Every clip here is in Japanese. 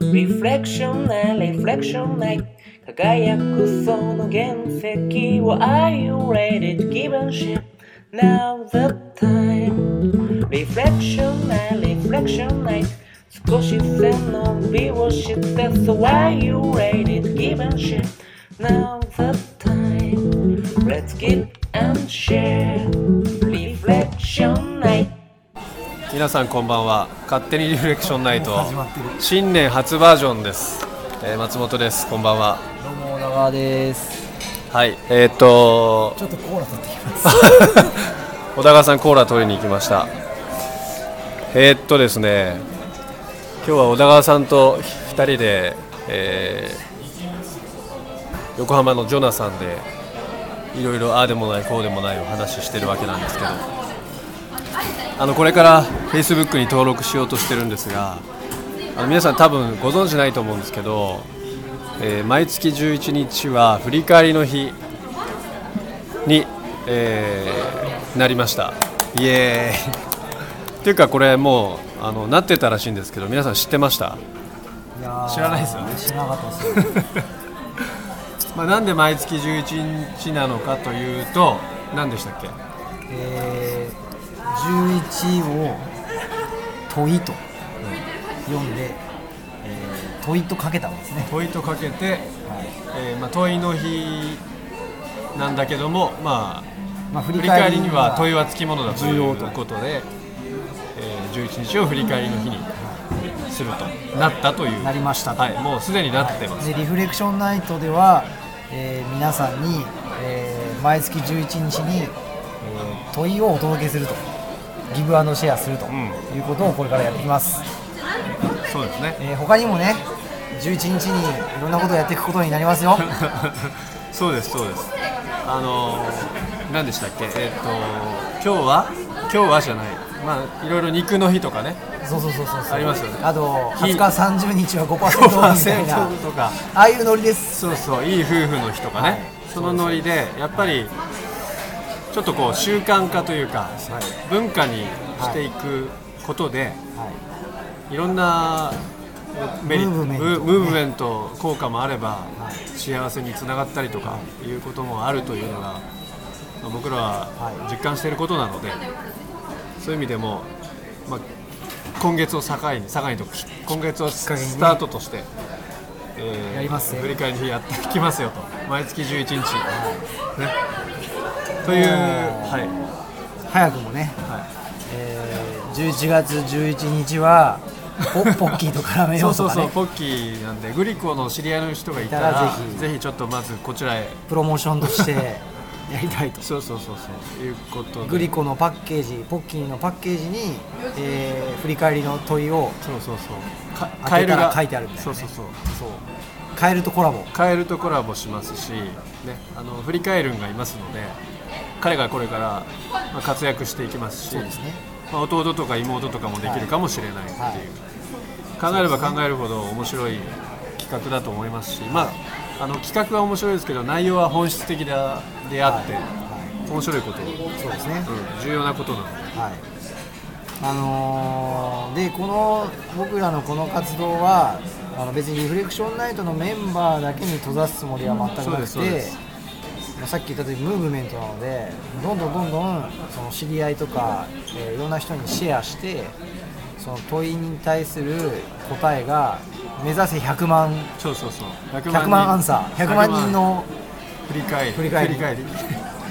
Reflection night, reflection eh. night 輝くその原石を Are you ready to give a shit? Now the time Reflection night, reflection eh. night 少し背伸びをして So are you ready to give a shit? Now the time Let's give and share Reflection eh. night 皆さんこんばんは勝手にリフレクションナイト始まってる新年初バージョンです、えー松本ですこんばんはどうも小川ですはいえーっとちょっとコーラ取ってきます 小田川さんコーラ取りに行きましたえーっとですね今日は小田川さんと2人で、えー横浜のジョナサンでいろいろああでもないこうでもないお話ししてるわけなんですけどあのこれから Facebook に登録しようとしてるんですがあの皆さん多分ご存知ないと思うんですけど、えー毎月11日は振り返りの日に、えーなりましたイエーイっていうかこれもうあのなってたらしいんですけど皆さん知ってました、いやー知らないですよね知らなかったですよまあ、なんで毎月11日なのかというと何でしたっけえー、11を問いと読んで、えー問いとかけたんですね問いとかけて、はいえーまあ、問いの日なんだけども、ままああ、振振り返りには問いははつきものだということで、えー11日を振り返りの日にするとなったというなりましたとはい、もうすでになってます、でリフレクションナイトでは、えー皆さんに、えー毎月11日に、えー問いをお届けするとギブアンドシェアするとんいうことをこれからやっていきます、そうですね えー他にもね11日にいろんなことをやっていくことになり ますよそうですそうですあのー何でしたっけえーっ、と今日は今日はじゃないまあいろいろ肉の日とかねそうそうそうそうそうありますよねあと非20日30日は5%オ フみたいな5%とかああいうノリですそうそういい夫婦の日とかね、そのノリでやっぱりちょっとこう習慣化というか、文化にしていくことで、い、ろんなメリットムーブメントねムムーブメント効果もあれば、幸せにつながったりとかいうこともあるというのが、まあ僕らは実感していることなので、そういう意味でも、まあ、今月を境に境にとか今月をスかけにねタートとして、えーやりますよ振り返り日やっていきますよと毎月11日、ね、という、おーは早くもね、えー11月11日は ポポッキーと絡い、めそよううとそうかそねうポッキーなんでグリコの知り合いの人がいたらいたらぜひぜひちょっとまずこちらへプロモーションと してやりたいとそうそうそうそういうことでグリコのパッケージポッキーのパッケージに、えー振り返りの問いをそうそうそうかカ開エけルたらが書いてあるみたいなそうねそうそうそうカエルとコラボカエルとコラボしますし、ね、あの振り返るんがいますので彼がこれからまあ活躍していきますしそうですねまあ、弟とか妹とかもできるかもしれないっていう、はい考えれば考えるほど面白い企画だと思いますし、まあ、あの企画は面白いですけど内容は本質的であであって、面白いこと、うんそうですね、重要なことなのではい、あのーでこの僕らのこの活動はあの別にリフレクションナイトのメンバーだけに閉ざすつもりは全くなくそうでてすそう。まあさっき言った通りムーブメントなのでどんどんどんどんその知り合いとか、えーいろんな人にシェアしてその問いに対する答えが目指せ100万そうそうそう100 100万アンサー100万人の振り返り振り返り振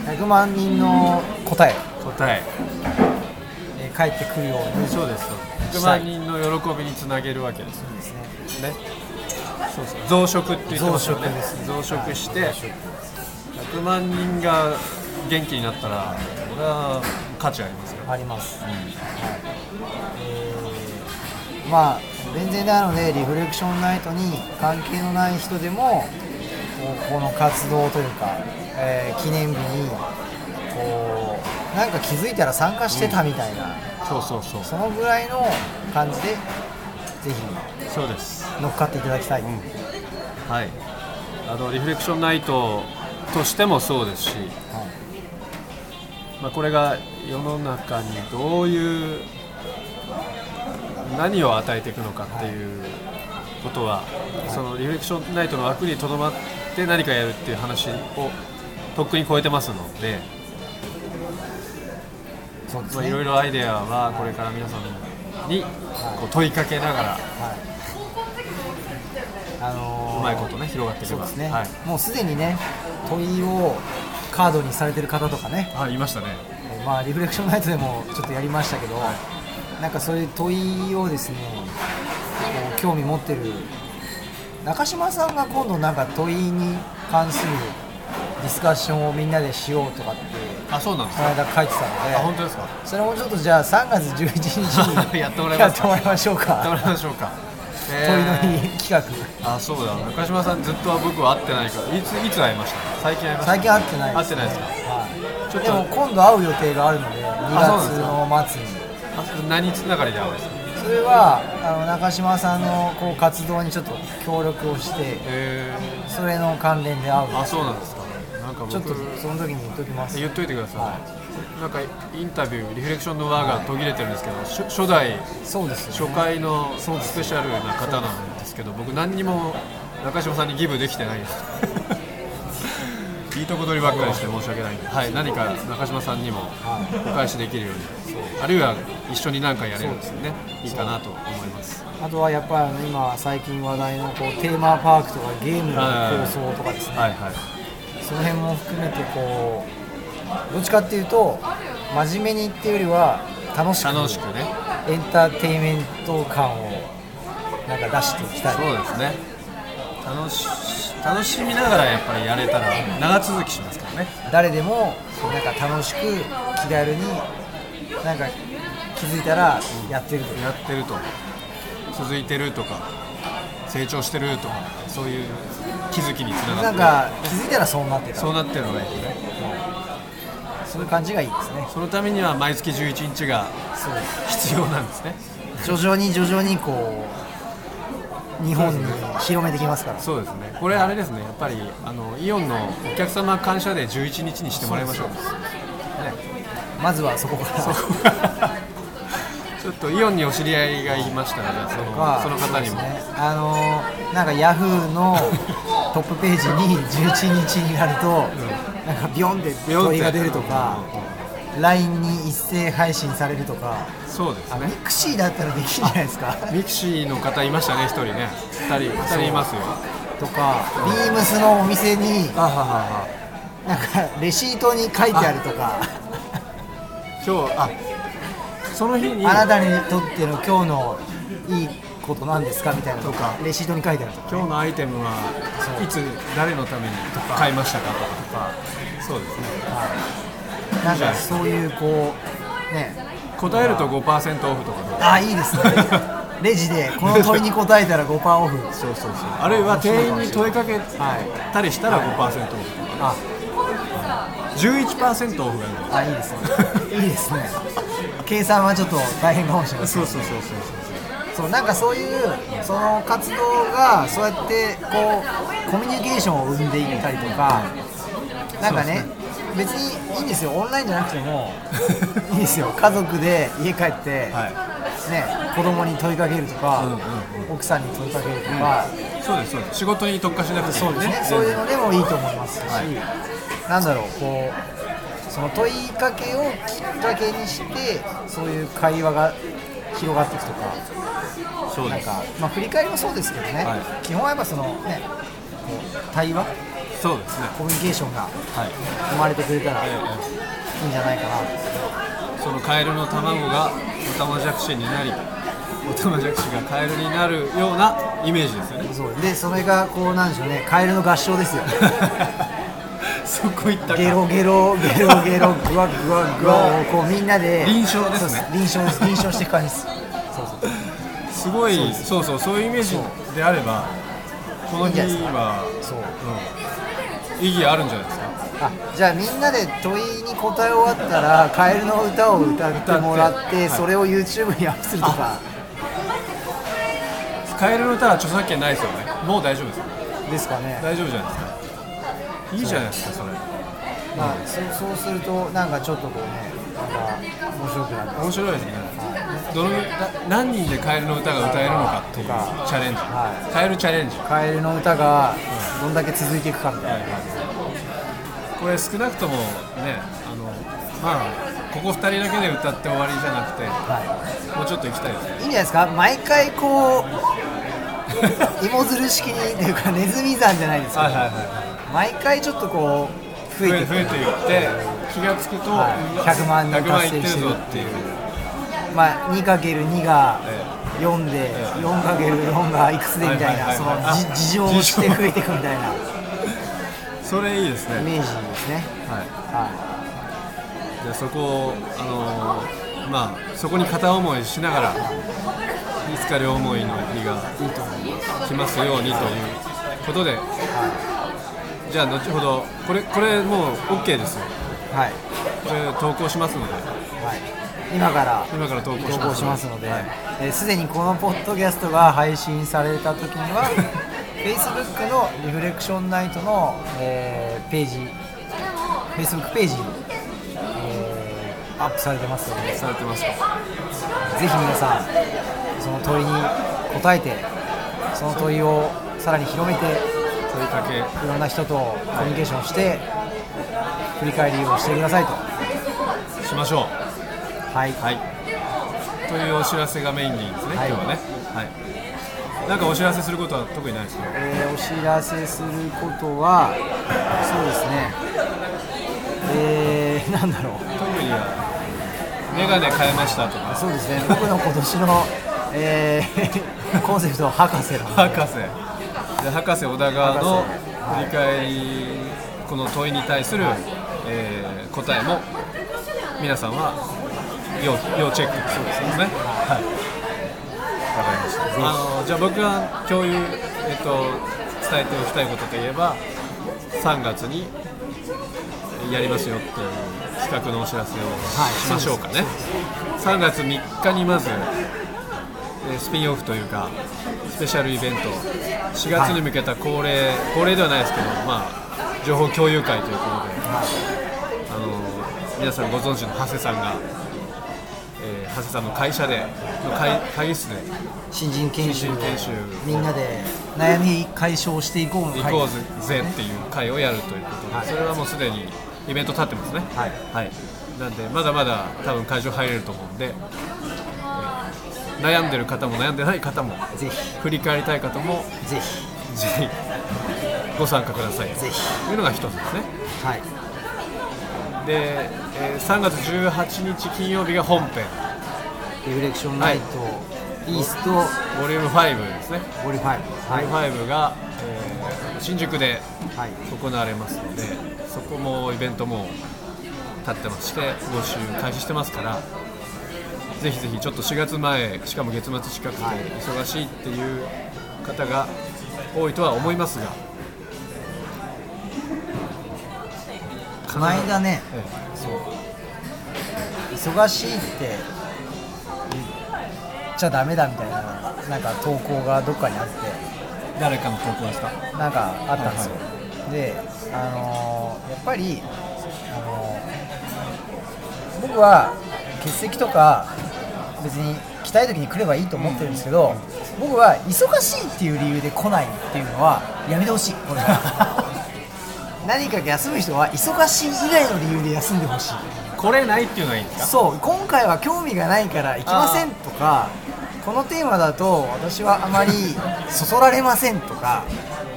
り100万人の答え、答ええー返ってくるようにそうですそうです100したい万人の喜びにつなげるわけですよですねね、そうそう増殖って言ってますよね増殖ですね増殖してはい100増殖万人が元気になったらこれは価値ありますよあります、えーまあ全然なのでリフレクションナイトに関係のない人でもこうこの活動というか、えー記念日にこうなんか気づいたら参加してたみたいな、そうそうそうそのぐらいの感じでぜそうですひ乗っかっていただきたい、はいあのリフレクションナイトとしてもそうですし、はいまあ、これが世の中にどういう何を与えていくのかっていうことは、そのリフレクションナイトの枠にとどまって何かやるっていう話をとっくに超えてますので、そうですまあ、ね、いろいろアイデアはこれから皆さんにこう問いかけながらはい、あのーうまいことね広がっていけそうばですね、はいもうすでにね問いをカードにされてる方とかね、あいましたねえーまあ、リフレクションナイトでもちょっとやりましたけど、なんかそういう問いをですねこう興味持ってる中島さんが今度なんか問いに関するディスカッションをみんなでしようとかってあそうなんですこかの間書いてたのであ本当ですかそれもちょっとじゃあ3月11日に やってもらいやまっすてかもらいましょうやってもからいましょうか問 えいのー日企画あそうだ中島さんずっとは僕は会ってないからいついつ会いました最近会いました 最近会ってない会ってないですかはいちょっとでも今度会う予定があるのでそうです2月の末にあ何つながりで会うんですかそれはあの中島さんのこう活動にちょっと協力をしてえそれの関連で会うー、あそうなんですかなんか僕ちょっとその時に言っときます言っといてください、はなんかインタビューリフレクションの輪が途切れてるんですけど、しょ初代そうですよ初ね回のスペシャルな方なんですけど僕何にも中島さんにギブできてないですいいとこ取りばっかりして申し訳ないんで、はい、何か中島さんにもはお返しできるように、あるいは一緒に何かやれるんですよねいいかなと思いますあとはやっぱり今最近話題のこうテーマパークとかゲームの構想とかですねはいはいその辺も含めてこうどっちかっていうと真面目にっていうよりは楽しく楽しくねエンターテインメント感をなんか出していきたいそうですね楽し楽しみながらやっぱりやれたら長続きしますからね誰でもなんか楽しく気軽になんか気づいたらやってるとやってると続いてるとか成長してるとかそういう気づきにつながなっんてか気づいたらそうなってたそうなってるのがいいよねそういう感じがいいですねそのためには毎月11日がそうです必要なんですね徐々に徐々にこう日本に広めてきますからそうですねこれあれですねやっぱりあのイオンのお客様感謝で11日にしてもらいましょうまずはそこからそこ ちょっとイオンにお知り合いがいましたのでそはのその方にも、そうですね、あのーなんかヤフーのトップページに11日になると、なんかビヨンってビヨンって鳥が出るとか LINE に一斉配信されるとかそうですあねミクシーだったらできるんじゃないですかミクシーの方いましたね、一人ね、二人、二人いますよ。とかビームスのお店にあははなんかレシートに書いてあるとか今日、あ、その日に。あなたにとっての今日のいいことなんですかみたいなととかかレシートに書いてあるとか、今日のアイテムはそういつ誰のために買いましたかとかそうですねなんかそういうこうね答えると5%オフとかどうあいいですねレジでこの問いに答えたら5%オフそうそうそうあるいは店員に問いかけはいたりしたら5%オフとかあ11%オフがああいいですねいいですね計算はちょっと大変かもしれまるせんそうそうそうそうそうなんかそういうその活動がそうやってこうコミュニケーションを生んでいったりとかなんかね別にいいんですよオンラインじゃなくてもそういいですよ家族で家帰って、はね、子供に問いかけるとか、うんうん奥さんに問いかけるとか、いそうですそうです仕事に特化しなくていいそうですね、そういうのでもいいと思いますし、なんだろう、こう、その問いかけをきっかけにして、そういう会話が広がっていくとか、そうなんですか、まあ、振り返りもそうですけどね、はい基本はやっぱそのね、こう対話、そうですねコミュニケーションがはい生まれてくれたらいいええんじゃないかなそのカエルの卵がオタマジャクシになりオタマジャクシがカエルになるようなイメージですよ ねそうで、それがこう、なんでしょうね、カエルの合唱ですよ。そこ行ったゲかロゲロゲロゲログワグワグワをこうみんなで臨床ですねそう臨床です臨床していく感じですそうそうすごいそうそうそういうイメージであればこの日いいんじゃはそううん、意義あるんじゃないですかあじゃあみんなで問いに答え終わったらカエルの歌を歌ってもらってはいそれを YouTube にアップするとかカエルの歌は著作権ないですよねもう大丈夫ですよですかね大丈夫じゃないですかいいじゃないですかそれまあ、そうそうするとなんかちょっとこうねなんか面白くなる面白いですねどのな何人でカエルの歌が歌えるのかっていうチはいャレンジ、はカエルチャレンジカエルの歌がどんだけ続いていくかみたいな、これ少なくともねあのまあここ2人だけで歌って終わりじゃなくてはもうちょっと行きたいですねい、いいんじゃないですか毎回こう芋づる式にっていうかネズミ山じゃないですかはいは毎回ちょっとこう増増ええていく増えていって気がつくと、はいうわ100万人100万い達って成るしてぞるっていうまあ、2×2 がえ4で、え 4×4 がいくつでみたいはなはいはいはいいそのあじ事情をして事情増えていくみたいなそれいいですイねメージですね、はいはじゃあそこをあのーまあそこに片思いしながらいつか両思いの日がい、いいと思います来ますようにということで、じゃあ後ほどこれこれもう OK ですよはい、これ投稿しますのではい、今から今から投稿し投ま稿すしますのではいえーすで、にこのポッドキャストが配信された時に は Facebook の「リフレクションナイトの」えーページ Facebook ページに、えーアップされてますのでぜされてますかひ皆さんその問いに答えてその問いをさらに広めて問いかけいろんな人とコミュニケーションして振り返りをしてくださいとしましょはい、うはいというお知らせがメインでいいんですね、はい今日はねはいなんかお知らせすることは特にないですけどえーお知らせすることはそうですねえー、 なんだろう特にはメガネ変えましたとかそうですね僕の今年の、えー コンセプトは博士なんで博士で博士小田川の博振士り返り、この問いに対する、えー答えも皆さんは要要チェックそうですねはいわかりましたあのじゃあ僕が共有、えっと、伝えておきたいことといえば3月にやりますよっていう企画のお知らせをいしましょうかね、3月3日にまずえースピンオフというかスペシャルイベント4月に向けた恒例、恒例ではないですけど、まあ、情報共有会ということで、あのー皆さんご存知の長谷さんが、えー長谷さんの会社での会会議室で新人研修新人で研修みんなで悩み解消していこうの行会こうぜっていう会をやるということで、はいそれはもうすでにイベント立ってますねはいなんでまだまだ多分会場入れると思うんで、えー悩んでる方も悩んでない方もぜひ振り返りたい方もぜひぜひご参加くださいとぜひいうのが一つですねはいで、えー3月18日金曜日が本編リフレクションナイト、イーストボリューム5ですね、ボリファイブはいボリューム5が、えー新宿ではい行われますのでそこもイベントも立ってまして募集開始してますからぜひぜひちょっと4月前しかも月末近くてはい忙しいっていう方が多いとは思いますが、この間ねえ忙しいって言っちゃダメだみたいななんか投稿がどっかにあってえ誰かの投稿ですかなんかあったんですよ、であのーやっぱり、あのー僕は欠席とか別に来たい時に来ればいいと思ってるんですけど、僕は忙しいっていう理由で来ないっていうのはやめてほしいこれは 何か休む人は忙しい以外の理由で休んでほしい来れないっていうのはいいんですかそう今回は興味がないから行きませんとかこのテーマだと私はあまりそそられませんとか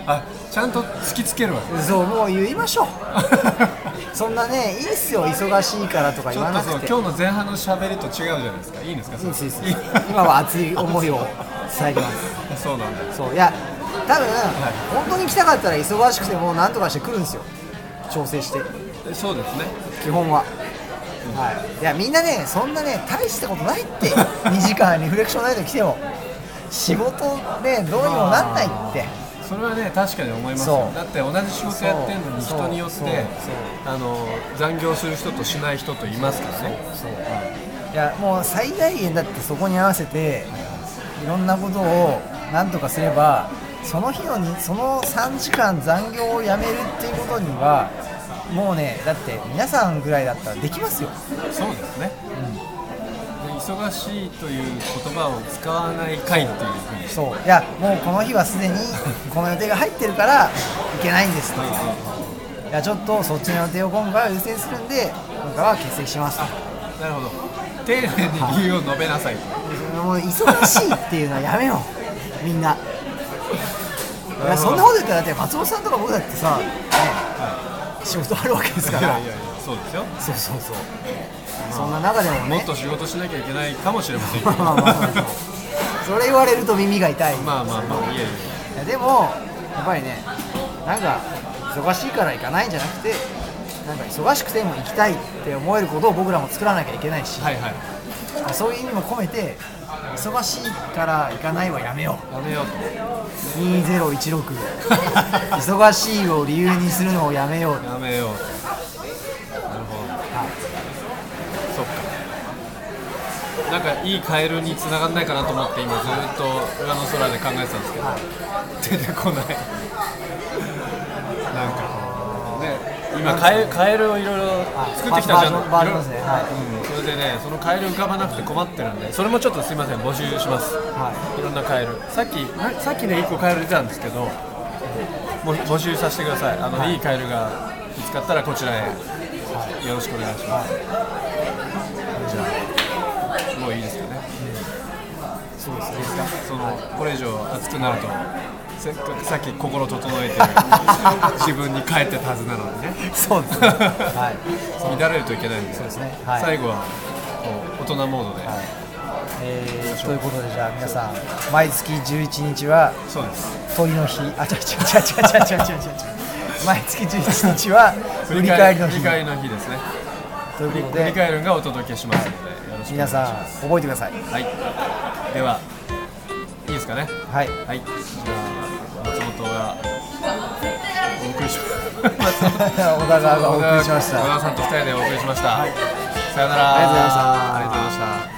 あちゃんと突きつけるわけそうもう言いましょうちそんなねいいっすよ忙しいからと か言ょわっとなそくうて今日の前半のしゃべりと違うじゃないですかいいん ですかそそうれそうそう今は熱い思いを伝えてまそうなんだすそういや多分、本当に来たかったら忙しくてもう何とかして来るんですよ調整してそうですね基本は、はい、いやみんなねそんなね大したことないって2時間リフレクションないと来ても仕事ねどうにもなんないってそれはね確かに思いますそようだって同じ仕事やってるのにそう人によってそうそうあの残業する人としない人といますからねそういやもう最大限だってそこに合わせていろんなことを何とかすればその日のにその3時間残業をやめるっていうことにはもうねだって皆さんぐらいだったらできますよ、そうですね、で忙しいという言葉を使わない会っていうふうにそういやもうこの日はすでにこの予定が入ってるからいけないんですといやちょっとそっちの予定を今回は優先するんで今回は欠席しますとなるほど丁寧に理由を述べなさいともう忙しいっていうのはやめようみんな。いやそんなこと言ったらだって松本さんとか僕だってさ、ね仕事あるわけですいかやらいやいや そうですよそうそうそう、そんな中でももねっと仕事しなきゃいけないかもしれませんけど まあまあまあまあそれ言われると耳が痛いまあまあまあいえいえいやでもやっぱりねなんか忙しいから行かないんじゃなくてなんか忙しくても行きたいって思えることを僕らも作らなきゃいけないし、はいはいそういう意味も込めて忙しいから行かないはやめよやめようとう2016忙しいを理由にするのをやめようやめようとなるほどそっかなんかいいカエルに繋がんないかなと思って今ずっと裏の空で考えてたんですけど、はい出てこないなんかね今カエルカエルをいろいろ作ってきたじゃんババージョンバージョンですねはいうんそれでねそのカエル浮かばなくて困ってるんでそれもちょっとすいません募集しますはいろんなカエルさっきなさっきね1個カエル出たんですけども募集させてくださいあの、い、いカエルが見つかったらこちらへよろしくお願いします、じゃあもういいですかね、そうですねそのこれ以上熱くなるとせっかくさっき心整え て自分に帰ってたはずなのにねい、そうですねはい乱れるといけないんでそうですねはい最後はこう大人モードで、えーということでじゃあ皆さん毎月11日はそうです鳥の日あ違う違う違う違う違う違う違う違う毎月11日は 振り返りの振日り返りの日ですねということ振りで返るがお届けしますのでよろしくお願皆いしさますん覚えてくださいはいではいいですかねはい はいじゃあ松本がお送りしました小田川がお送りしました小田さんと二人でお送りしました、さよならありがとうありがとうございましたございました